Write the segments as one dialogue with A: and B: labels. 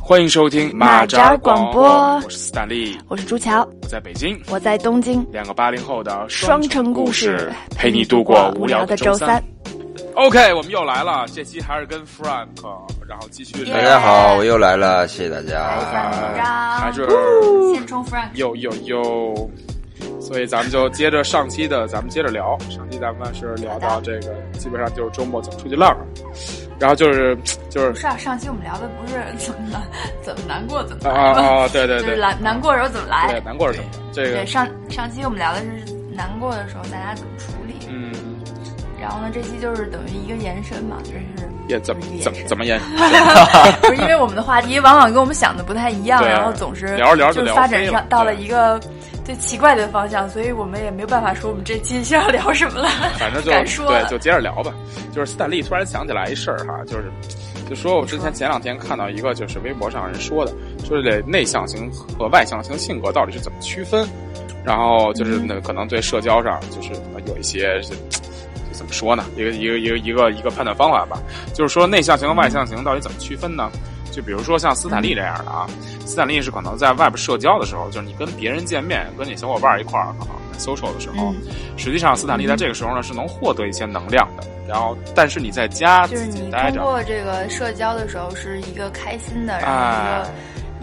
A: 欢迎收听
B: 马扎广播
A: 我是斯坦利，
B: 我是朱乔，
A: 我在北京，
B: 我在东京，
A: 两个八零后的
B: 双城故事
A: 陪你度过无聊
B: 聊的
A: 的
B: 周
A: 三。。OK，我们又来了，这期还是跟 Frank，然后继续聊
B: 耶
C: 大家好，我又来了，谢谢大
A: 哎
C: 家。
A: 还是
D: 现充 Frank，
A: 又又又，所以咱们就接着上期的，咱们接着聊。上期咱们是聊到这个，基本上就是周末怎么出去浪，然后就是就是
D: 不是啊，上期我们聊的不是怎么 难怎么难过怎么
A: 啊
D: 来吧，
A: 啊啊，对对
D: 就是
A: 对，
D: 难难过的时候怎么
A: 对
D: 来。
A: 难过是什么？这个
D: 对，上上期我们聊的是难过的时候大家怎么处理，
A: 嗯，
D: 然后呢，这期就是等于一个延伸嘛，就是
A: 也怎么
D: 就是
A: 怎么怎么演？
D: 不是因为我们的话题往往跟我们想的不太一样，
A: 对
D: 然后总是
A: 聊着聊着就
D: 就是
A: 聊
D: 发
A: 飞
D: 展
A: 了
D: 上到了
A: 对
D: 一个最奇怪的方向，所以我们也没有办法说我们这期是要聊什么了。
A: 反正就
D: 不 敢说
A: 对
D: 了，
A: 就接着聊吧。就是斯坦利突然想起来一事儿哈，就是就说我之前前两天看到一个就是微博上人说的，说这内向型和外向型性格到底是怎么区分，然后就是
D: 嗯
A: 那可能对社交上就是有一些是。就怎么说呢？一个一个一个一个一个判断方法吧，就是说内向型和外向型到底怎么区分呢？就比如说像斯坦利这样的啊，斯坦利是可能在外边社交的时候，就是你跟别人见面，跟你小伙伴一块儿可能 social 的时候，
D: 嗯
A: 实际上斯坦利在这个时候呢是能获得一些能量的。然后，但是你在家
D: 就是
A: 自己
D: 你
A: 待
D: 通
A: 着，
D: 过这个社交的时候是一个开心的，然
A: 哎
D: 后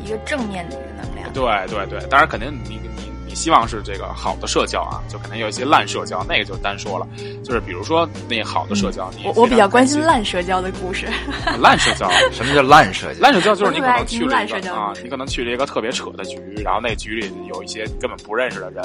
D: 一个一个正面的一个能量。
A: 对对对，当然肯定你你你希望是这个好的社交啊，就肯定有一些烂社交，那个就单说了。就是比如说那好的
D: 嗯
A: 社交，你
B: 我我比较关心
A: 非
B: 烂社交的故事，
A: 常开心烂社 交，
C: 什么叫烂社交？
A: 烂社交就是你可能去了
D: 我特别爱听烂社
A: 一个
D: 交
A: 啊
D: 的故，事
A: 你可能去了一个特别扯的局，然后那个局里有一些你根本不认识的人，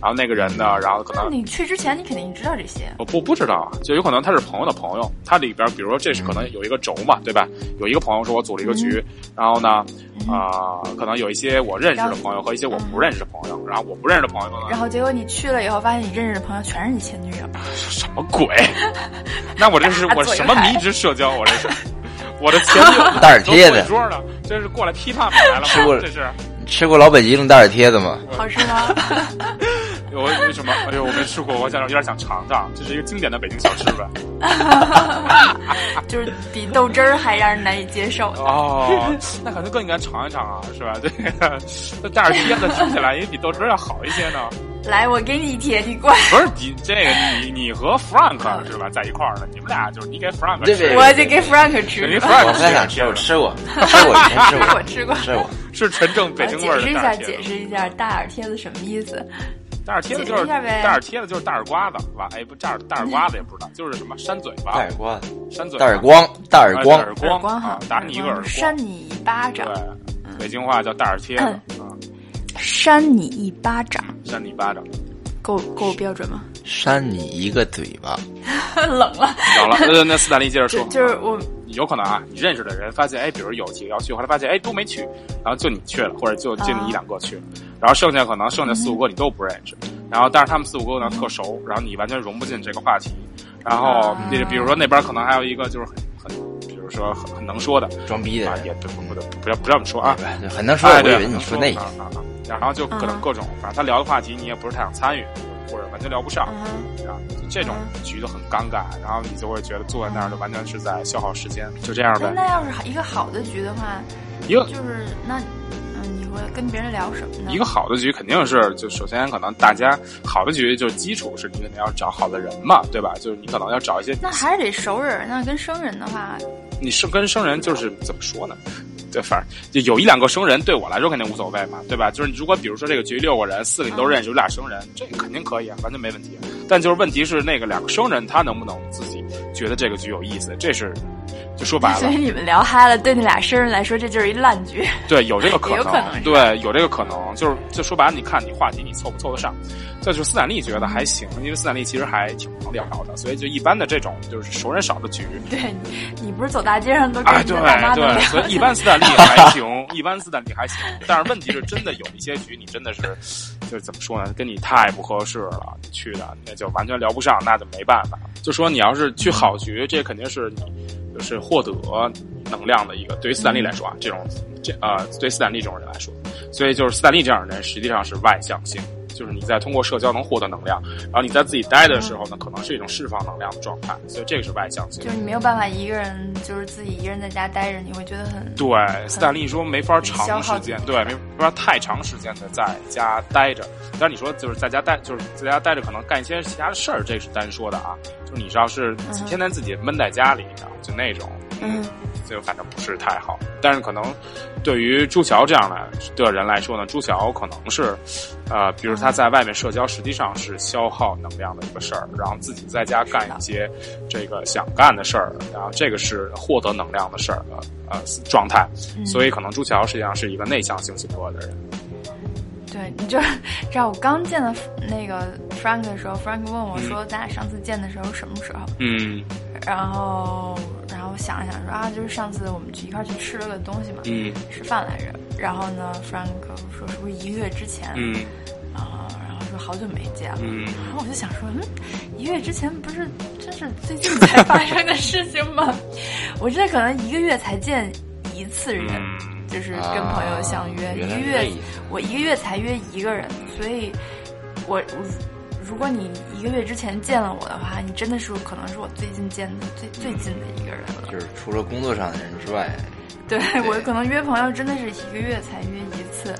A: 然后那个人呢，然后可
D: 那
A: 能
D: 你去之前，你肯定知道这些。
A: 我不不知道啊，就有可能他是朋友的朋友，他里边比如说这是可
D: 嗯
A: 能有一个轴嘛，对吧？有一个朋友说我组了一个局，然后呢，
D: 嗯
A: 啊、可能有一些我认识的朋友和一些我不认识的朋友，然后我不认识的朋友呢
D: 然，后结果你去了以后，发现你认识的朋友全是你前女 友，
A: 什么鬼？那我这 是
D: 打
A: 我
D: 嘴
A: 什么
D: 牌
A: 迷之社交？啊我这是我的 前女友
C: 大耳
A: 都
C: 贴
A: 过一
C: 的，
A: 桌呢，这是过来批判我来了
C: 吃
A: 吗
C: 过？
A: 这是
C: 吃过老北京的大耳贴子吗？
D: 好吃吗？
A: 我为什么？哎呦，我没吃过，我想有点想尝尝，这是一个经典的北京小吃吧？
D: 就是比豆汁儿还让人难以接受。
A: 哦， 那可能更应该尝一尝啊，是吧？这个那大耳贴子听起来也比豆汁儿要好一些呢。
D: 来，我给你一铁，你过来，
A: 不是你这个你你和 Frank 是吧，在一块儿呢？你们俩就是你给 Frank
C: 对
A: 吃
C: 对
A: 的，
D: 我就给 Frank
A: 人
D: 吃
A: 家
D: 吧。
A: Frank
C: 我才想
A: 吃
C: 吃，我吃 过，吃过，以 前吃
D: 我
C: 过，
D: 吃过。
C: 吃过。
A: 是纯正北京味
D: 我
A: 儿
D: 解
A: 的
D: 释一
A: 大嗯
D: 下，
A: 耳贴
D: 解
A: 子。
D: 释一下大耳贴子什么意思？
A: 大耳贴子就是
D: 解释一下呗
A: 大耳贴子就是大耳瓜子，哇，哎不，大耳大耳瓜子也不知道，就是什么扇嘴
C: 大
A: 巴
C: 耳，光，
A: 扇嘴
C: 大
A: 巴，
C: 耳光，大耳
A: 哎，大
C: 光，
A: 耳光，
D: 光
A: 啊
D: 哈，
A: 打你一个耳光，
D: 扇你一巴掌，
A: 对，北京话叫大耳贴子
D: 嗯
A: 啊，
D: 扇你一巴掌，
A: 扇你一巴掌。
D: 够够标准吗？
C: 扇你一个嘴巴。
D: 冷了，
A: 好了，那那斯坦利接着说
D: 就，就是我
A: 有可能啊，你认识的人发现，哎，比如有几个要去，后来发现，哎，都没去，然后就你去了，或者就就你一两个去了，然后剩下可能剩下四五个你都不认识，然后但是他们四五个呢特熟，然后你完全融不进这个话题，然后
D: 啊
A: 比比如说那边可能还有一个就是很很，比如说很很能说的
C: 装逼的
A: 啊，
C: 人
A: 也不不不不要不要这么说啊，
C: 很能说，
A: 哎
C: 我以
A: 对，
C: 为你说那一
A: 啊
C: 句。
A: 啊啊然后就可能
D: 嗯
A: 各种，反正他聊的话题你也不是太想参与，或者完全聊不上，
D: 嗯
A: 啊，就这种局就很尴尬，然后你就会觉得坐在那儿就完全是在消耗时间，就这样
D: 哎
A: 呗。
D: 那要是一个好的局的话，
A: 一个
D: 就是那，嗯，你会跟别人聊什么呢？
A: 一个好的局肯定是，就首先可能大家好的局就是基础是你肯定要找好的人嘛，对吧？就是你可能要找一些
D: 那还是得熟人。那跟生人的话，
A: 你是跟生人就是怎么说呢？对，反正就有一两个生人对我来说肯定无所谓嘛，对吧？就是如果比如说这个局六个人，四个你都认识，有俩生人，这个肯定可以啊，完全没问题。但就是问题是那个两个生人他能不能自己觉得这个局有意思，这是就说白了
D: 所以，你们聊嗨了，对那俩生人来说，这就是一烂局。
A: 对，有这个可
D: 也有
A: 能，
D: 可能是
A: 对，有这个可能，就是就说白了，你看你话题你凑不凑得上，这就是斯坦利觉得还行，因为斯坦利其实还挺能聊的，所以就一般的这种就是熟人少的局，
D: 对你，你不是走大街上都跟
A: 哎，
D: 你
A: 对
D: 的大妈能
A: 对，
D: 聊？
A: 所以一 般斯坦利还行，一般斯坦利还行，但是问题是真的有一些局你真的是，就是怎么说呢，跟你太不合适了，你去的那就完全聊不上，那就没办法。就说你要是去好局，这肯定是你就是获得能量的一个，对于斯坦利来说啊，这种这呃，对斯坦利这种人来说，所以就是斯坦利这样的人实际上是外向性。就是你在通过社交能获得能量，然后你在自己待的时候呢，可能是一种释放能量的状态，所以这个是外向性
D: 就。是你没有办法一个人，就是自己一个人在家待着，你会觉得很
A: 对，斯坦利说没法长时间，对，没法太长时间的在家待着。但是你说就是在家待，就是在家待着，可能干一些其他的事儿，这是单说的啊。就是你要是
D: 嗯
A: 天天自己闷在家里，然后就那种，
B: 嗯，
A: 就反正不是太好。但是可能对于朱乔这样的的人来说呢，朱乔可能是，呃，比如他在外面社交，实际上是消耗能量的一个事儿，然后自己在家干一些这个想干的事儿，然后这个是获得能量的事儿，呃呃状态。
D: 嗯
A: 所以可能朱乔实际上是一个内向性性格的人。
D: 对，你就是知道我刚见到那个 Frank 的时候，Frank 问我说：“咱俩上次见的时候什么时候
A: 嗯？”
D: 然后，然后我想了想说啊，就是上次我们去一块儿去吃了个东西嘛，
A: 嗯
D: 吃饭来着。然后呢，Frank 说是不是一个月之前？
A: 嗯
D: 然后然后说好久没见了。
A: 嗯，
D: 然后我就想说，嗯，一个月之前不是真是最近才发生的事情吗？ 我这可能一个月才见一次人，
A: 嗯
D: 就是跟朋友相约，
C: 啊
D: 一
C: 原来
D: 个
C: 是
D: 月
C: 这样
D: 我一个月才约一个人，所以我如如果你一个月之前见了我的话，你真的是可能是我最近见的最最近的一个人了。
C: 就是除了工作上的人之外，
D: 对我可能约朋友真的是一个月才约一次，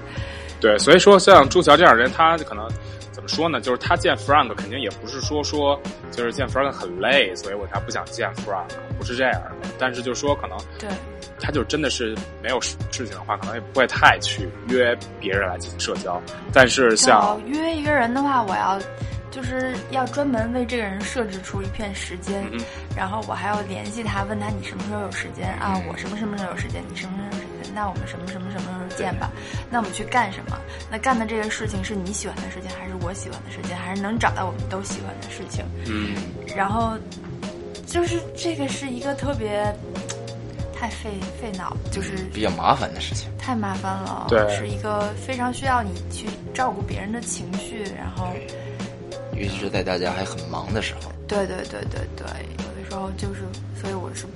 A: 对，所以说像朱乔这样的人，他可能怎么说呢？就是他见 Frank 肯定也不是说说就是见 Frank 很累，所以我才不想见 Frank，不是这样的。但是就说可能
D: 对。
A: 他就真的是没有事事情的话，可能也不会太去约别人来进行社交。但是
D: 像
A: 像
D: 约一个人的话，我要就是要专门为这个人设置出一片时间，
A: 嗯
D: 然后我还要联系他，问他你什么时候有时间啊？
A: 嗯
D: 我什么什么时候有时间？你什么时候有时间？那我们什么什么什么时候见吧？那我们去干什么？那干的这个事情是你喜欢的事情，还是我喜欢的事情，还是能找到我们都喜欢的事情？
A: 嗯，
D: 然后就是这个是一个特别太费费脑，就是
C: 比较麻烦的事情。
D: 太麻烦了，
A: 对
D: 是一个非常需要你去照顾别人的情绪，然后，
C: 尤其是在大家还很忙的时候，
D: 对对对对对，有的时候就是，所以我是，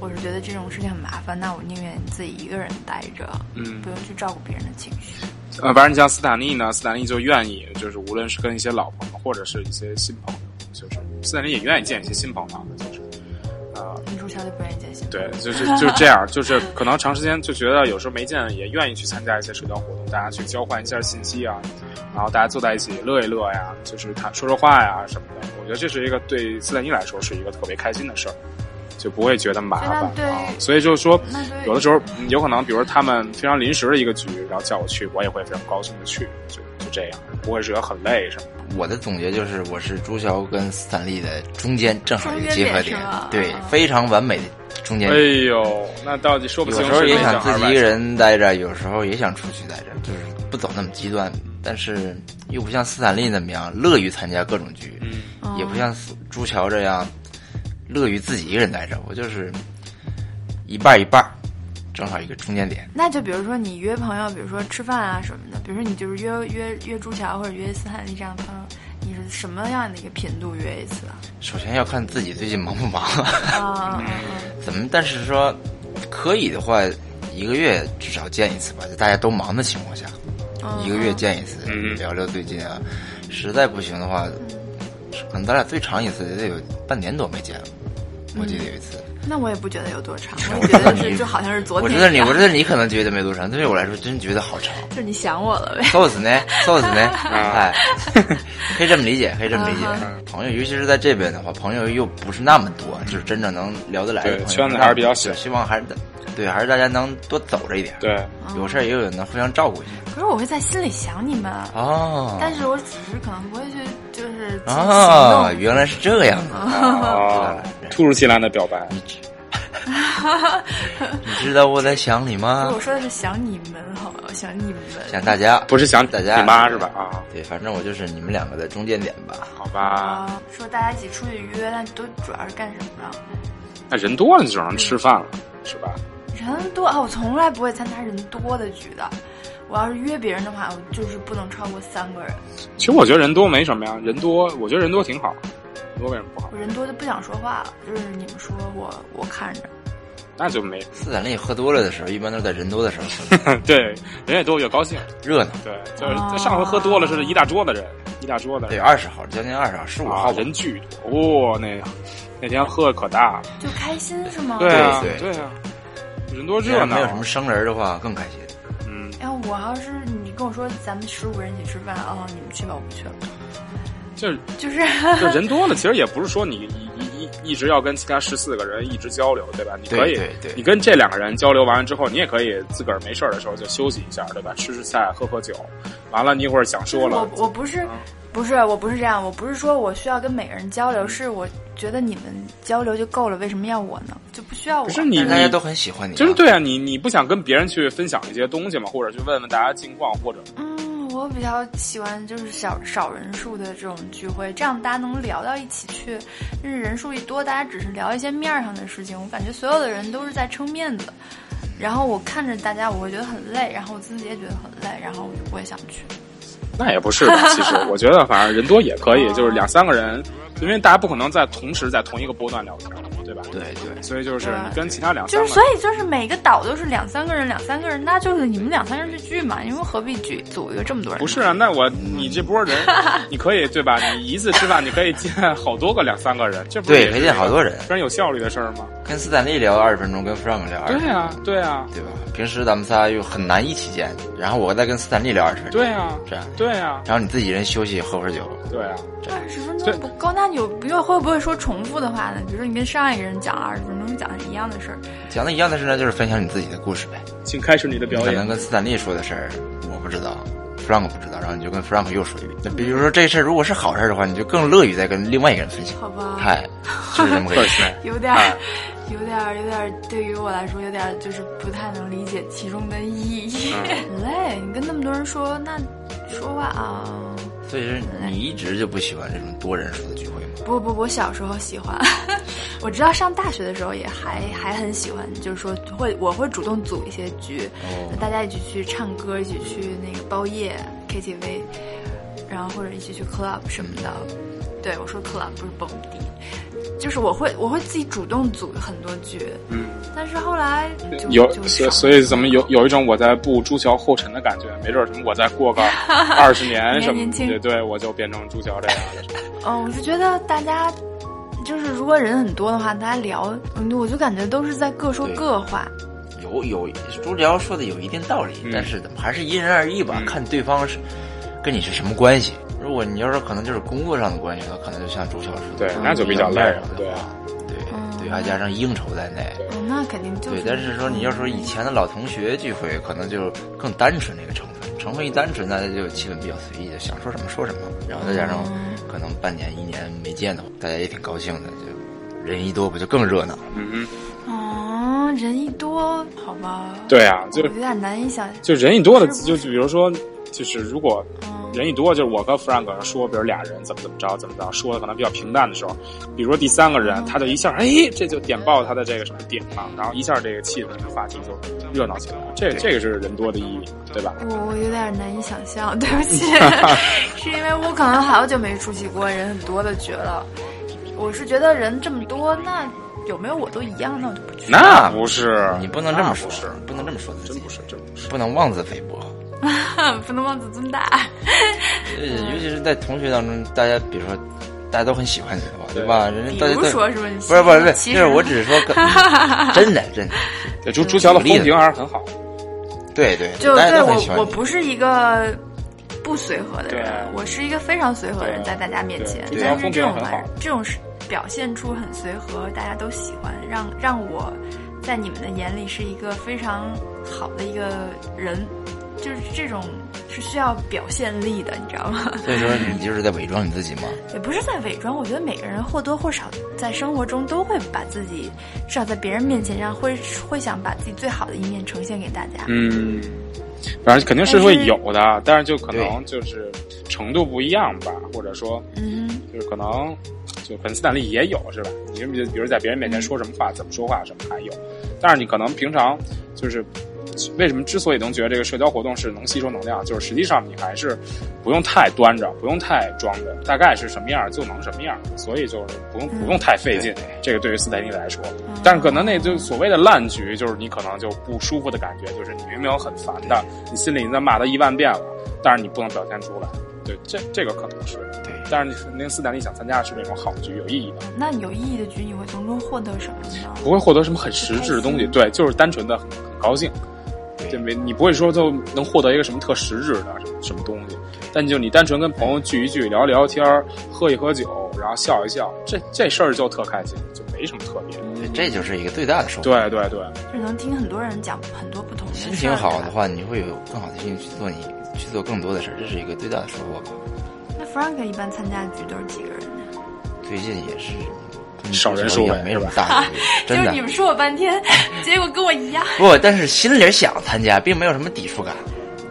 D: 我是觉得这种事情很麻烦，那我宁愿自己一个人待着，
A: 嗯
D: 不用去照顾别人的情绪，
A: 呃，反正你像斯坦利呢，斯坦利就愿意，就是无论是跟一些老朋友或者是一些新朋友，就是斯坦利也愿意见一些新朋友，就是啊、
D: 你朱乔就不愿意见新
A: 对，就是就是这样，就是可能长时间就觉得有时候没见，也愿意去参加一些社交活动，大家去交换一下信息啊，然后大家坐在一起乐一乐呀，就是谈说说话呀什么的。我觉得这是一个对斯坦利来说是一个特别开心的事儿，就不会觉得麻
D: 所以那
A: 烦。啊
D: 对于，
A: 所以就是说，
D: 那对于
A: 有的时候嗯有可能，比如说他们非常临时的一个局，然后叫我去，我也会非常高兴的去，就就这样，不会觉得很累什么的。
C: 我的总结就是，我是朱桥跟斯坦利的中间正好一个结合
D: 中间点
C: 点
D: 是吧，
C: 对
D: 啊，
C: 非常完美的中间
A: 哎
C: 点。
A: 呦，那到底说不
C: 有
A: 清
C: 时
A: 是
C: 候也
A: 内向
C: 想自
A: 还是
C: 己
A: 外
C: 一个
A: 向。
C: 人待着，有时候也想出去待着，就是不走那么极端，但是又不像斯坦利那么样乐于参加各种局，
A: 嗯
D: 嗯
C: 也不像斯朱桥这样乐于自己一个人待着。我就是一半儿一半儿，正好一个中间点。
D: 那就比如说你约朋友，比如说吃饭啊什么的，比如说你就是约约约朱乔或者约斯坦利这样的朋友，你是什么样的一个频度约一次啊？
C: 首先要看自己最近忙不忙，
D: 啊、嗯嗯
C: 怎么？但是说可以的话，一个月至少见一次吧，在大家都忙的情况下，
D: 嗯
C: 一个月见一次，
A: 嗯
C: 聊聊最近啊。实在不行的话，可能咱俩最长一次也得有半年多没见了。我记得有一次，
D: 那我也不觉得有多长，我
C: 我
D: 觉
C: 知道
D: 得是
C: 你
D: 就好像是嗯昨
C: 我
D: 天
C: 知
D: 一
C: 道
D: 样，
C: 你，我知道你可能觉得没多长，对于我来说真觉得好长。
D: 就是你想我了呗。
C: 瘦子呢？瘦子呢？
A: 啊
C: 哎， 可以这么理解，可以这么理解。
D: 啊
C: 朋友，尤其是在这边的话，朋友又不是那么多，就是真正能聊得来的
A: 对
C: 朋友
A: 圈子还是比较小
C: 希望还是得对，还是大家能多走着一点。，
A: 对，
C: 有事儿也有人能互相照顾一下。
D: 可是我会在心里想你们，
C: 哦，
D: 但是我只是可能不会去就是去
C: 哦，
D: 行动。
C: 原来是这样啊！
A: 啊，突如其来的表白。
C: 你知，你知道我在想你吗
D: 我？说的是想你们，好吗？我想你们。
C: 想大家
A: 不是想
C: 大家
A: 你妈是吧？？啊，
C: 对，反正我就是你们两个的中间点吧。
A: 好吧，
D: 啊，说大家一起出去约，那都主要是干什么啊？
A: 那人多了就只能吃饭了，是吧？
D: 人多啊，我从来不会参加人多的局的。我要是约别人的话，我就是不能超过三个人。
A: 其实我觉得人多没什么呀，人多，我觉得人多挺
D: 嗯
A: 好，人多为什么不好
D: 我？人多就不想说话了，就是你们说我，我看着。
A: 那就没
C: 斯坦利喝多了的时候，一般都是在人多的时候喝的，
A: 对，人越多越高兴。
C: 热闹。
A: 对，就是这上回喝多了是一大桌子人，一大桌子
C: 对，
A: 人
C: 二十号，将近二十号，十五
A: 啊
C: 号，
A: 人巨多，哦，那个那天喝的可大了。
D: 就开心是吗？
A: 对啊，
C: 对
A: 对啊，人多
C: 要
A: 热
C: 是
A: 闹啊
C: 没有。什么生人的话更开心。
A: 嗯，
D: 哎，我要是你跟我说咱们十五个人一起吃饭，哦，你们去吧，我不去了。
A: 就是
D: 就是
A: 就人多了，其实也不是说你一一一一直要跟其他十四个人一直交流，对吧？你可以，
C: 对对对
A: 你跟这两个人交流完了之后，你也可以自个儿没事儿的时候就休息一下，对吧？吃吃菜，喝喝酒，完了你一会儿想说了啊
D: 我，我不是、不是我不是这样，我不是说我需要跟每个人交
A: 嗯
D: 流，是我觉得你们交流就够了，为什么要我呢？就不需要我。
A: 不是你
C: 但是大家
A: 你
C: 都很喜欢你啊，
A: 就是对啊，你你不想跟别人去分享一些东西嘛，或者去问问大家近况，或者
D: 嗯，我比较喜欢就是少少人数的这种聚会，这样大家能聊到一起去。就是人数一多，大家只是聊一些面儿上的事情，我感觉所有的人都是在撑面子。然后我看着大家，我会觉得很累，然后我自己也觉得很累，然后我就不会想去。
A: 那也不是吧？ 其实我觉得，反正人多也可以，就是两三个
D: 哦
A: 人，因为大家不可能在同时在同一个波段聊天，对吧？
C: 对对，
A: 所以就是你跟其他两三
D: 就
A: 个
D: 是
A: 人
D: 所以就是每个岛都是两三个人，两三个人，那就是你们两三个人去聚嘛，因为何必聚组一个这么多人？
A: 不是啊，那我你这波人，你可以对吧？你一次吃饭，你可以见好多个两三个人，这不
C: 对
A: 也是
C: 可以见好多人
A: 非常有效率的事儿吗？
C: 跟斯坦利聊二十分钟，跟 Frank 聊二十
A: 对
C: 分钟，
A: 啊，对啊，
C: 对吧？平时咱们仨又很难一起见，然后我再跟斯坦利聊二十分钟，
A: 对啊，
C: 这样，
A: 对啊，
C: 然后你自己人休息喝会儿酒，
A: 对啊，
D: 二十分
A: 对
D: 钟不够，那你有不用会不会说重复的话呢？比如说你跟上一个人讲了二十分钟，讲的是一样的事儿，
C: 讲的一样的事呢，就是分享你自己的故事呗。
A: 请开始你的表
C: 可能
A: 演。嗯
C: 跟斯坦利说的事儿，我不知道，Frank 不知道，然后你就跟 Frank 又说一遍。那比如说这事儿如果是好事儿的话，你就更乐于再跟另外一个人分享。
D: 好吧？
C: 嗨，就是这么个 意思。
D: 有点儿，有点儿，有点儿，对于我来说，有点儿就是不太能理解其中的意义。很累，你跟那么多人说，那说话啊，
C: 所以说你一直就不喜欢这种多人数的聚会吗？
D: 不不，我小时候喜欢， 我直到上大学的时候也还还很喜欢，就是说会我会主动组一些局，
A: 哦
D: 大家一起去唱歌，一起去那个包夜 KTV，然后或者一起去 club 什么的。对，我说 club 不是蹦迪，就是我会我会自己主动组很多局，
A: 嗯，
D: 但是后来就
A: 有，
D: 就
A: 所
D: 少
A: 所以怎么有有一种我在步朱桥后尘的感觉？没准儿什么我再过个二十 年什么
D: 年轻
A: 的，对，我就变成朱桥这样的。
D: 嗯，我是觉得大家就是如果人很多的话，大家聊，嗯我就感觉都是在各说
C: 对
D: 各话。
C: 有有，朱辽说的有一定道理，
A: 嗯
C: 但是怎么还是因人而异吧，
A: 嗯
C: 看对方是跟你是什么关系。如果你要是可能就是工作上的关系，那可能就像朱小说的，
A: 对
C: 嗯
A: 那就比较累了啊
C: 面儿上的话
D: 嗯
C: 对对，还加上应酬在内。
D: 嗯，那肯定就是
C: 对，但是说你要说以前的老同学聚会，可能就更单纯那个成分，成分一单纯，大家就气氛比较随意，就想说什么说什么。然后再加上可能半年一年没见的话，大家也挺高兴的，就人一多不就更热闹？
A: 嗯，
D: 哦，人一多，好吧，
A: 对啊，就
D: 我有点难以想象。
A: 就人一多的，
D: 是不
A: 就比如说，就是如果
D: 嗯
A: 人一多，就是我跟 Frank 说，比如俩人怎么怎么着，怎么着，说的可能比较平淡的时候，比如说第三个人，他就一下，哎，这就点爆他的这个什么点嘛，然后一下这个气氛的话题就热闹起来了。这这个是人多的意义，对吧？
D: 我我有点难以想 象，对不起，是因为我可能好久没出席过人很多的局了。我是觉得人这么多，那有没有我都一样，那我就不去。
A: 那啊不是，
C: 你不能这么
A: 那
C: 说，
A: 不是，
C: 不能这么说自
A: 真
C: 己
A: 不，是，真不是。
C: 不能妄自菲薄。
D: 不能妄自尊大。
C: 呃
D: 嗯
C: 尤其是在同学当中，大家比如说，大家都很喜欢你的话，嗯对吧？人
D: 比
C: 家大家
D: 如
C: 都
D: 说，是不是？
C: 不是不是不是，
D: 其
C: 就
D: 实
C: 是我只是 说跟，真的真的，
A: 对，朱朱桥的风评还是很好。
C: 对对，
D: 就
C: 大家
D: 对
C: 都很喜
D: 我
C: 欢
D: 我
C: 你
D: 不是一个不随和的
A: 对啊
D: 人，我是一个非常随和的人，在大家面前。
A: 对
C: 对
D: 但是
A: 对
D: 这种
A: 风格很好
D: 这种是表现出很随和，大家都喜欢，让让我在你们的眼里是一个非常好的一个人，就是这种是需要表现力的，你知道吗？
C: 所以说你就是在伪装你自己嘛。
D: 也不是在伪装，我觉得每个人或多或少在生活中都会把自己，至少在别人面前上会会想把自己最好的一面呈现给大家。
A: 嗯，反正肯定是会有的，但是就可能就是程度不一样吧，或者说。
D: 嗯哼。
A: 就是可能就粉丝胆力也有是吧？你比如在别人面前说什么话，怎么说话什么还有，但是你可能平常就是为什么之所以能觉得这个社交活动是能吸收能量，就是实际上你还是不用太端着，不用太装着，大概是什么样儿就能什么样儿，所以就是不用不用太费劲。这个对于斯坦利来说，但是可能那就所谓的烂局，就是你可能就不舒服的感觉，就是你明明很烦的，你心里已经在骂他一万遍了，但是你不能表现出来。对，这这个可能是
C: 对
A: 但是那个斯坦利想参加的是那种好局，有意义的，
D: 那有意义的局，你会从中获得什么呢？
A: 不会获得什么很实质的东西。对，就是单纯的很很高兴，对没？你不会说就能获得一个什么特实质的什么什么东西，但就你单纯跟朋友聚一聚，聊聊天儿，喝一喝酒，然后笑一笑，这这事儿就特开心，就没什么特别的。
C: 对，这就是一个最大的收获。
A: 对对对，
D: 就是能听很多人讲很多不同的事儿
C: 心情好的话，你会有更好的心情去做你去做更多的事儿，这是一个最大的收获吧。
D: 那 Frank 一般参加的局都是几个人呢？
C: 最近也是
A: 少人数呗
C: 也没什么 大局，真
D: 就是
C: 的
D: 你。们说我半 天，结果跟我一样。
C: 不，但是心里想参加，并没有什么抵触感，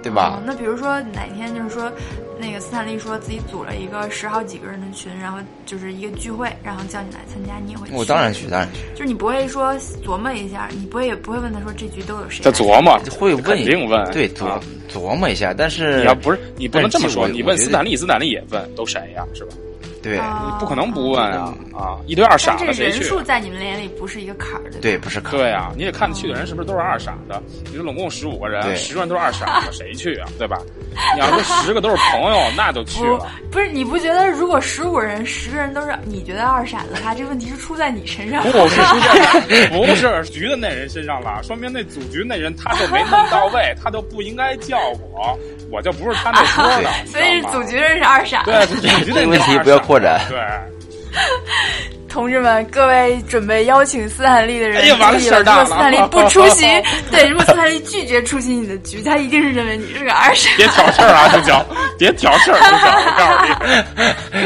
C: 对吧
D: 嗯？那比如说哪天就是说，那个斯坦利说自己组了一个十好几个人的群，然后就是一个聚会，然后叫你来参加，你也会去。
C: 我当然去，当然去。
D: 就是你不会说琢磨一下，你不会也不会问他说这局都有谁
A: 他
D: 来。
A: 琢磨
C: 会问，
A: 肯定问
C: 对琢、
A: 啊
C: 琢磨一下，但是
A: 你要不是你不能这么说，
C: 嗯但是
A: 你
C: 我
A: 问
C: 我觉
A: 斯
C: 得
A: 坦利，斯坦利也问都谁呀、是吧？
C: 对
D: 啊
A: 你不可能不问啊
C: 嗯
A: 啊！一堆二傻
D: 但
A: 子
D: 这
A: 谁
D: 人
A: 去？
D: 数在你们眼里不是一个坎儿，对吧？
C: 对，不是坑，
A: 对啊，你得看去的人是不是都是二傻子。你说总共十五个人，
C: 对
A: 十个人都是二傻子，谁去啊？对吧？你要说十个都是朋友，那就去
D: 不
A: 了。，
D: 不是你不觉得如果十五人十个人都是你觉得二傻子，他这问题是出在你身上
A: 不。是出现在不是局的那人身上了，说明那组局那人他就没弄到位，他就不应该叫我，我就不是他那桌的。
D: 所以
A: 你知
D: 是
A: 道吗
D: 组局认识二傻。
A: 对啊 组局那
C: 这 个问题不要扩展
A: 对，
D: 同志们，各位准备邀请斯坦利的人，
A: 哎呀完了
D: 注意
A: 事儿大
D: 如
A: 了
D: 果斯坦利不出席， 对，如果斯坦利拒绝出席你的局，他一定是认为你是个二 傻。
A: 别挑事儿啊，杜娇，别挑事儿，杜娇，我告诉你。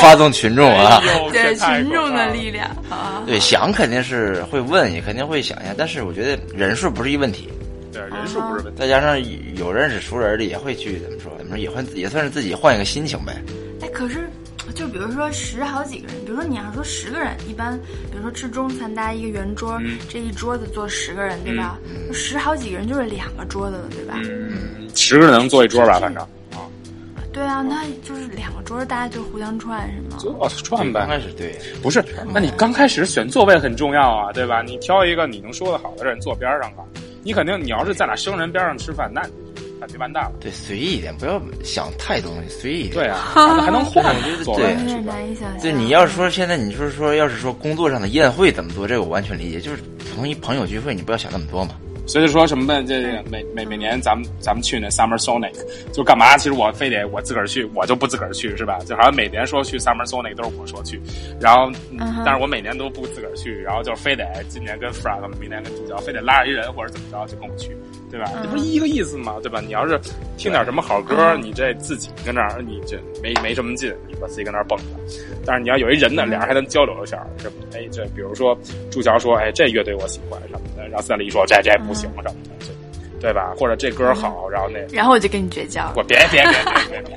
C: 发动群 众啊。
A: 哎呦
D: 对
A: 这太
D: 群众
A: 可怕
D: 的
A: 了
D: 力量啊！
C: 对，想肯定是会问，也肯定会想一下，但是我觉得人数不是一问题，
A: 对人数不是
D: 啊
A: 问题。
C: 再加上有认识熟人的，也会去怎么说，怎么说也换也算是自己换一个心情呗。
D: 哎，可是，就比如说十好几个人，比如说你要说十个人，一般比如说吃中餐搭一个圆桌，
A: 嗯
D: 这一桌子坐十个人，对吧？十好几个人就是两个桌子了，对吧？
A: 嗯，十个人能坐一桌吧，反正
D: 嗯对啊，那就是两个桌子，大家就互相串，是吗？
A: 就串
C: 刚
A: 呗。
C: 开始对，
A: 不是，那你刚开始选座位很重要啊，对吧？你挑一个你能说得好的人坐边上吧。你肯定，你要是在哪生人边上吃饭，那那就完蛋了。
C: 对，随意一点，不要想太多东西，随意一 点。
A: 对，啊，还能换座位
C: 对
D: 有
A: 是
D: 点
A: 吧？
D: 难以想象。
C: 对，你要是说现在你就是说，要是说工作上的宴会怎么做，这个我完全理解，就是普通一朋友聚会，你不要想那么多嘛。
A: 所以就说什么这这每每每年咱们咱们去那 Summer Sonic 就干嘛？其实我非得我自个儿去，我就不自个儿去是吧？就好像每年说去 Summer Sonic 都是我说去，然后、嗯
D: 嗯哼
A: 但是我每年都不自个儿去，然后就非得今年跟 Frank，明年跟主角，非得拉着一人或者怎么着就跟我去，对
D: 嗯
A: 吧？这不是一个意思吗？对吧？你要是听点什么好
D: 嗯
A: 歌，你这自己跟那儿你这没没什么劲，你把自己跟那儿蹦着。但是你要有一人呢，俩人还能交流一下儿，什么哎，这比如说朱乔说，哎，这乐队我喜欢什么的，然后斯坦利说这这不行什么的，这对吧？或者这歌好，然后那
D: 然后我就跟你绝交了。
A: 我别别别别别 别，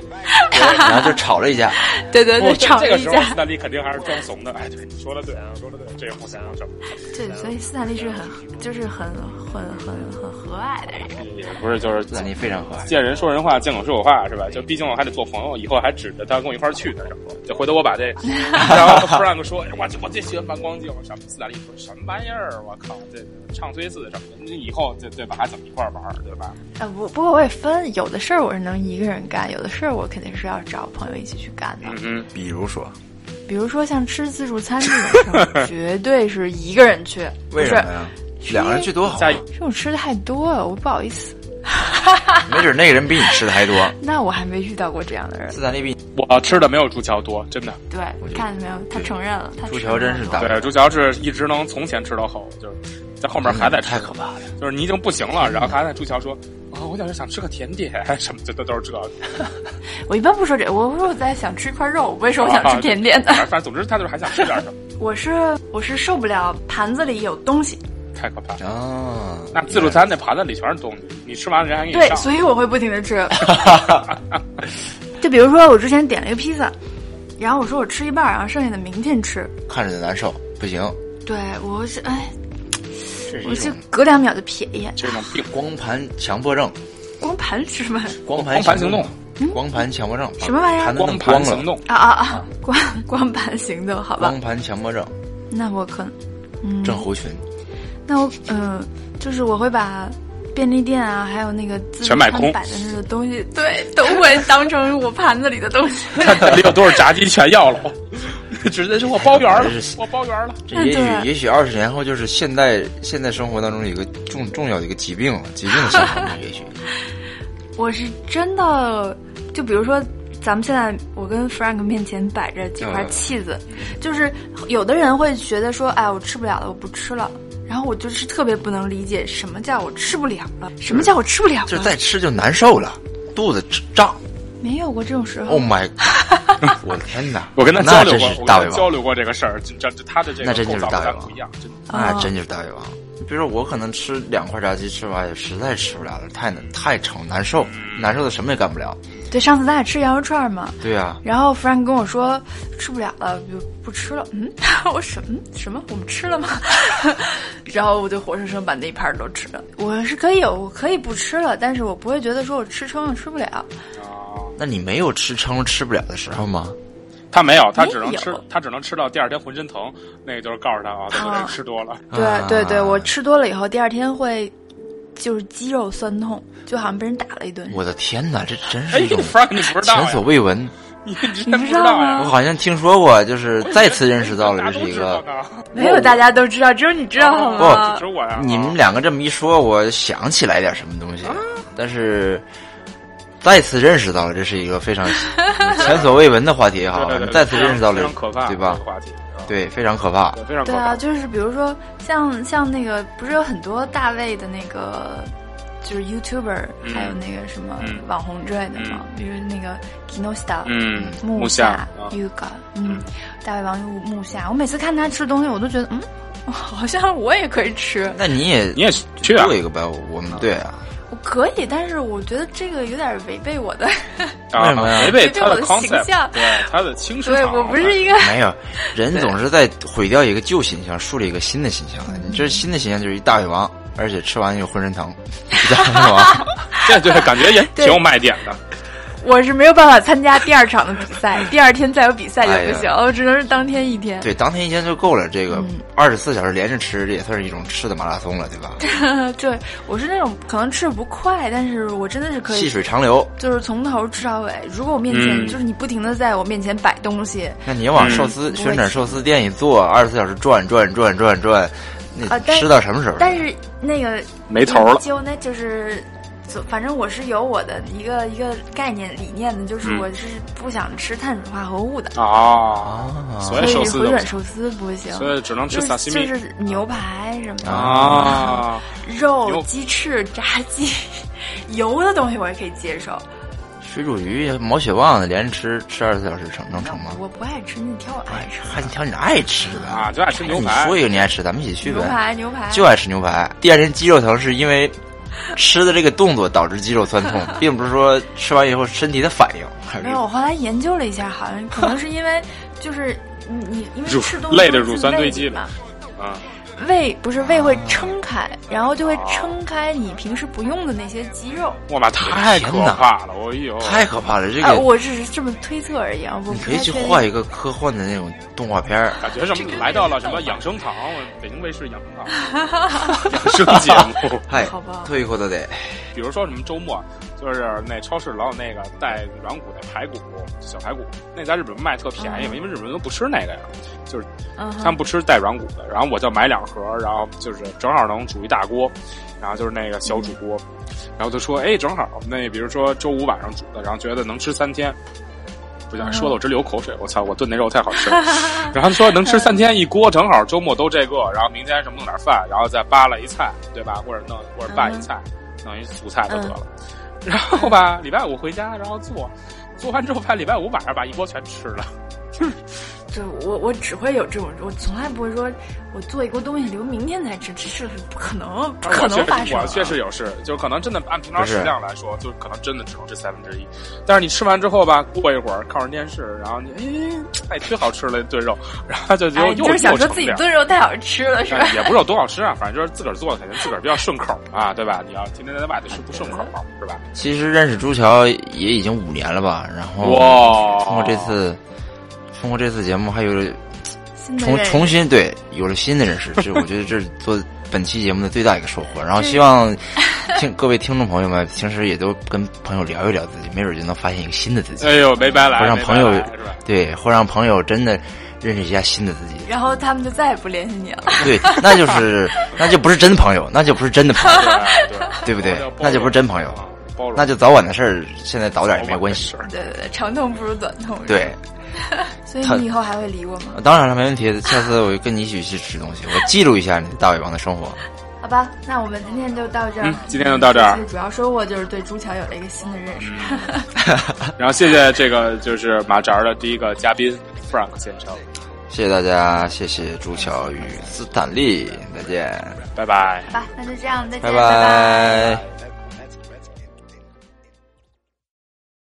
C: 然后就吵了一 架，
D: 对对
A: 不
D: 对，
A: 这
D: 吵
A: 这个
D: 一
A: 时候斯
D: 架。
A: 坦利肯定还是装怂的，哎，对，你说的对，你说的对，这也不行什么的。
D: 对，所以斯坦利是很，就是很很很很和蔼的人。
A: 也不是就是
C: 那你非常和蔼。
A: 见人说人话，见狗说狗话，是吧？就毕竟我还得做朋友，以后还指着他跟我一块儿去呢，什么？就回头我 把这，然后 Frank 说，哎我就我最喜欢反光镜，什么斯坦利说什么玩意儿？我靠，这唱衰四什么的，那以后这对吧？还怎么一块儿玩儿，对吧？
B: 啊，不不过我也分，有的事儿我是能一个人干，有的事儿我肯定是要找朋友一起去干的。
A: 嗯，
C: 比如说，
B: 比如说像吃自助餐这种事 儿，我绝对是一个人去，不
C: 为
B: 是
C: 什么呀？两个人去多好啊，
A: 下
B: 这种吃的太多了，我不好意思。
C: 没准那个人比你吃的还多。
B: 那我还没遇到过这样的人。
C: 斯坦利 比你
A: 我吃的没有朱乔多，真的。
D: 对
C: 我觉，得
D: 看见没有？他承认了，他
C: 朱
D: 承
C: 乔
D: 认
C: 真是
D: 了
B: 啊
C: 大
A: 对，朱乔是一直能从前吃到后，就是在后面还在吃
B: 嗯
C: 太，可怕了。
A: 就是你已经不行了，然后还在朱乔说啊、我想是想吃个甜点什么，这都都是这个。
B: 我一般不说这，我说我在想吃一块肉，我不会说我想吃甜点的。
A: 啊反正反正总之他就是还想吃点什么，
B: 我是我是受不了盘子里有东西，
A: 太可怕。了。
C: 啊，
A: 那自助餐那盘子里全是东西，你吃完了人还给你
B: 对，
A: 上。
B: 所以我会不停的吃。就比如说我之前点了一个披萨，然后我说我吃一半儿，然后剩下的明天吃。
C: 看着就难受，不行。
B: 对，我是哎，
C: 这是
D: 我
C: 一
D: 就
C: 种
D: 隔两秒就瞥一眼。
A: 这种病
C: 光盘强迫症，
D: 光盘是什么？
C: 光
A: 光
C: 盘
A: 盘行动，
C: 光盘强迫症，把
D: 嗯什么玩意儿
C: 盘子
A: 光
C: 弄
A: 盘
C: 光
A: 行
C: 了，
A: 动，
D: 啊啊啊！光光盘行动，好吧
C: 光？盘强迫症，
D: 那我可能，嗯，
C: 症候群，
D: 那我嗯、就是我会把便利店啊，还有那个自助
A: 全买
D: 餐
A: 空
D: 摆的那个东西，对，都会当成我盘子里的东西。
A: 看到底有多少炸鸡全要了， 直接说我包圆了，我包圆了。
C: 这
D: 嗯
C: 也
D: 对
C: 许也许二十年后就是现代现代生活当中有一个重重要的一个疾病了，疾病的相 关症，也许
D: 我是真的，就比如说。咱们现在，我跟 Frank 面前摆着几块
C: 嗯
D: 气子，就是有的人会觉得说，哎，我吃不了了，我不吃了。然后我就是特别不能理解，什么叫我吃不了了？什么叫我吃不了
C: 就是
D: 了？
C: 再吃就难受了，肚子胀
D: 没有过这种时候。
C: ，Oh my，我的天哪！
A: 我跟他交
C: 那
A: 流
C: 真
A: 过，
C: 是
A: 我跟
C: 大
A: 他
C: 胃
A: 交
C: 王，
A: 流过这个事儿，就这这他的这个
C: 那真就
A: 构
C: 是
A: 造
C: 大胃
A: 跟咱
C: 王
A: 不一样，真的
C: 那真就是大胃王。比如说我可能吃两块炸鸡，吃完也实在吃不了了，太难太撑难受，
A: 嗯
C: 难受的什么也干不了。
D: 对，上次咱俩吃羊肉串儿嘛，
C: 对啊，
D: 然后 Frank 跟我说吃不了了，就不吃了。嗯， 我什么什么？我们吃了吗？ 然后我就活生生把那一盘儿都吃了。我是可以有，我可以不吃了，但是我不会觉得说我吃撑了吃不了。
A: 啊。
C: 那你没有吃撑吃不了的时候吗？
A: 他没有，他
D: 没
A: 只能吃
D: 有，
A: 他只能吃到第二天浑身疼，那个就是告诉他啊，对我这
D: 啊
A: 吃多了。
D: 对、
C: 啊
D: 对对，我吃多了以后，第二天会就是肌肉酸痛，就好像被人打了一顿。
C: 我的天哪，这真
A: 哎
C: 是一种
A: ，Frank，你不知道
C: 前
A: 呀
C: 所？未 闻。
A: 你你
D: 你
A: 真
D: 不
A: 不
D: 知
A: 知
D: 道
A: 道
D: 吗
A: 呀？
C: 我好像听说过，就是 再次认识到
A: 大 家
C: 了这
A: 都
C: 是一
A: 知道
C: 个。
A: 呢，
D: 没有， 大家都知道，只有你知道好
A: 哦
D: 吗
A: 只？有我呀。
C: 你们两个这么一说，我想起来点什么东
A: 啊
C: 西，啊但是再次认识到了这是一个非常 前所未闻的话题也
A: 对
C: 好，
A: 啊对
C: 反
A: 对
C: 正
A: 对
C: 再次认识到了
A: 非常可怕，，
C: 对吧
A: 这？个话题啊
C: 对，非常可怕。
A: 对非常可
D: 对
A: 怕
D: 啊，。就是比如说像像那个，不是有很多大卫的那个，就是 YouTuber，、
A: 嗯
D: 还有那个什么
A: 嗯
D: 网红之类的嘛，比如那个 Kinosta，、
A: 嗯，
D: 木
A: 木下啊
D: Yuga，嗯，大胃王木木下，我每次看他吃东西，我都觉得，嗯， 好像我也可以吃，
C: 那你也
A: 你也去啊
C: 做一个呗，我们对啊，
D: 我可以，但是我觉得这个有点违背我 的，
A: 啊
C: 为什么呀
A: 违背
D: 对
A: 他
D: 我
A: 的
D: 的
A: concept，
D: 形象
A: 对他的轻食
D: 对
A: 堂
D: 我不是一个，
C: 没有人总是在毁掉一个旧形象，树立一个新的形象。你
A: 嗯
C: 这新的形象就是一大胃王，而且吃完又浑 身疼，一大胃王。
A: 对对，感觉也挺
D: 对
A: 有卖点的。
D: 我是没有办法参加第二场的 比赛，第二天再有比赛
C: 哎
D: 也
C: 呀
D: 不行，我只能是当天一天。
C: 对，当天一天就够了。这个
A: 嗯
C: 二十四小时连着吃，这也算是一种吃的马拉松了，对吧？
D: 对，我是那种可能吃的不快，但是我真的是可
C: 细
D: 以，
C: 水长流。
D: 就是从头吃到尾。如果我面前、
A: 嗯
D: 就是你不停的在我面前摆东西
C: 那你往
A: 嗯
C: 寿司、
D: 不会
C: 旋转寿司店一坐，二十四小时转转转转转，那
D: 啊但
C: 吃到什么时候？
D: 但是那个
A: 没头了
D: 就那就是。就反正我是有我的一个一个概念理念的，就是
A: 嗯
D: 我是不想吃碳水化合物的，
A: 啊，
C: 啊，
A: 所
D: 所
A: 以
D: 以
A: 寿司
D: 回
A: 都不
D: 转
A: 行，
D: 寿司不行，
A: 所以只能吃
D: 就
A: 萨
D: 是
A: 西
D: 就
A: 米
D: 是牛排什么的
A: 啊。
D: 肉
A: 牛、
D: 鸡翅、炸鸡、油的东西我也可以接受，
C: 水煮鱼、毛血旺的连着吃吃二十四小时成能成吗？
D: 我不爱吃，你挑我
A: 哎
D: 爱吃。
C: 还你挑你爱吃的
A: 啊就爱吃牛排
C: 哎你说一个你爱吃，咱们一起去
D: 牛
C: 呗。
D: 排，牛排，
C: 就爱吃牛排。第二天肌肉疼是因为吃的这个动作导致肌肉酸 痛，并不是说吃完以后身体的反应。还是
D: 没有。我后来研究了一下，好像可能是 因为就是你你因为
A: 乳
D: 吃东西
A: 累的
D: 都是
A: 乳酸堆积
D: 胃里嘛，
A: 啊，
D: 胃不是胃会撑开，然后就会撑开你平时不用的那些肌肉。
A: 我妈太可
C: 天哪
A: 怕了，我有
C: 太可怕了，这
D: 啊，
C: 个
D: 我只是这么推测而已啊，我
C: 你
D: 不
C: 可以
D: 太
C: 去
D: 确定
C: 画一个科幻的那种动画片儿。
A: 感觉什么来到了什么养生堂，我北京卫视养生堂 养生节目。
C: 嗨
D: 好吧，
C: 退一步都得。
A: 比如说什么周末，就是那超市老有那个带软骨那排骨，小排骨，那在日本卖特便宜
D: 啊
A: 嘛，因为日本人都不吃那个呀，就是
D: 嗯哼
A: 他们不吃带软骨的。然后我就买两盒，然后就是正好能煮一大锅，然后就是那个小煮锅，然后就说，哎，正好那比如说周五晚上煮的，然后觉得能吃三天。不想说的我直流口水，我操！我炖那肉太好吃了。然后说能吃三天一锅，正好周末都这个，然后明天什么弄点饭，然后再扒拉一菜，对吧？或者弄或者拌一菜，弄一素菜就得了。然后吧，礼拜五回家，然后做，做完之后发现礼拜五晚上把一锅全吃了，就是
D: 就我我只会有这种，我从来不会说我做一锅东西留明天再吃，这是不可能，不可
A: 我确
D: 能发
A: 实，
D: 生。
A: 我确实有事，就可能真的按平常
C: 不是
A: 食量来说，就可能真的只能吃三分之一。但是你吃完之后吧，过一会儿看会儿电视，然后你哎，哎，忒好吃了炖肉，然后就觉
D: 哎，
A: 得
D: 你
A: 又、
D: 就是想
A: 又
D: 说
A: 成哎
D: 自己
A: 这样。
D: 炖肉太好吃了是吧？
A: 但也不是有多好吃啊，反正就是自个儿做的，肯定自个儿比较顺口啊，对吧？你要天天在外头吃不顺口，是吧？
C: 其实认识朱乔也已经五年了吧，然后
A: 哇
C: 通过哦这次，通过这次节目还有了
D: 新的
C: 重
D: 认识
C: 重新对有了新的认 识，这我觉得这是做本期节目的最大一个收获。然后希 望听各位听众朋友们平时也都跟朋友聊一聊自己，没准就能发现一个新的自己
A: 哎，呦，没白来，
C: 我让
A: 没白
C: 朋友
A: 来 是吧？
C: 对，或让朋友真的认识一下新的自己。
D: 然后他们就再也不联系你了。
C: 对，那就是那就不是真朋友，那就不是真的朋友，
A: 对对
C: 对不对
A: 朋友包？容
C: 那就不是真朋友，
A: 啊包容
C: 那就早晚的事儿，现在早点也没关系
A: 早。晚的事
D: 对对对，长痛不如短痛。是吧
C: 对，
D: 所
C: 他
D: 以你以后还会理我吗？
C: 啊当然了，没问题。下次我就跟你一起去吃东西，我记录一下你大胃王的生活。
D: 好吧，那我们今天就到这儿。
A: 呃嗯今天就到这儿嗯
D: 这次主要收获就是对朱桥有了一个新的认识。
A: 然后谢谢这个就是马扎儿的第一个嘉宾 Frank 先生，
C: 谢谢大家，谢谢朱乔与斯坦利，再见，
A: 拜拜。
E: 好吧，那就这样，再见，
C: 拜
E: 拜
C: 拜。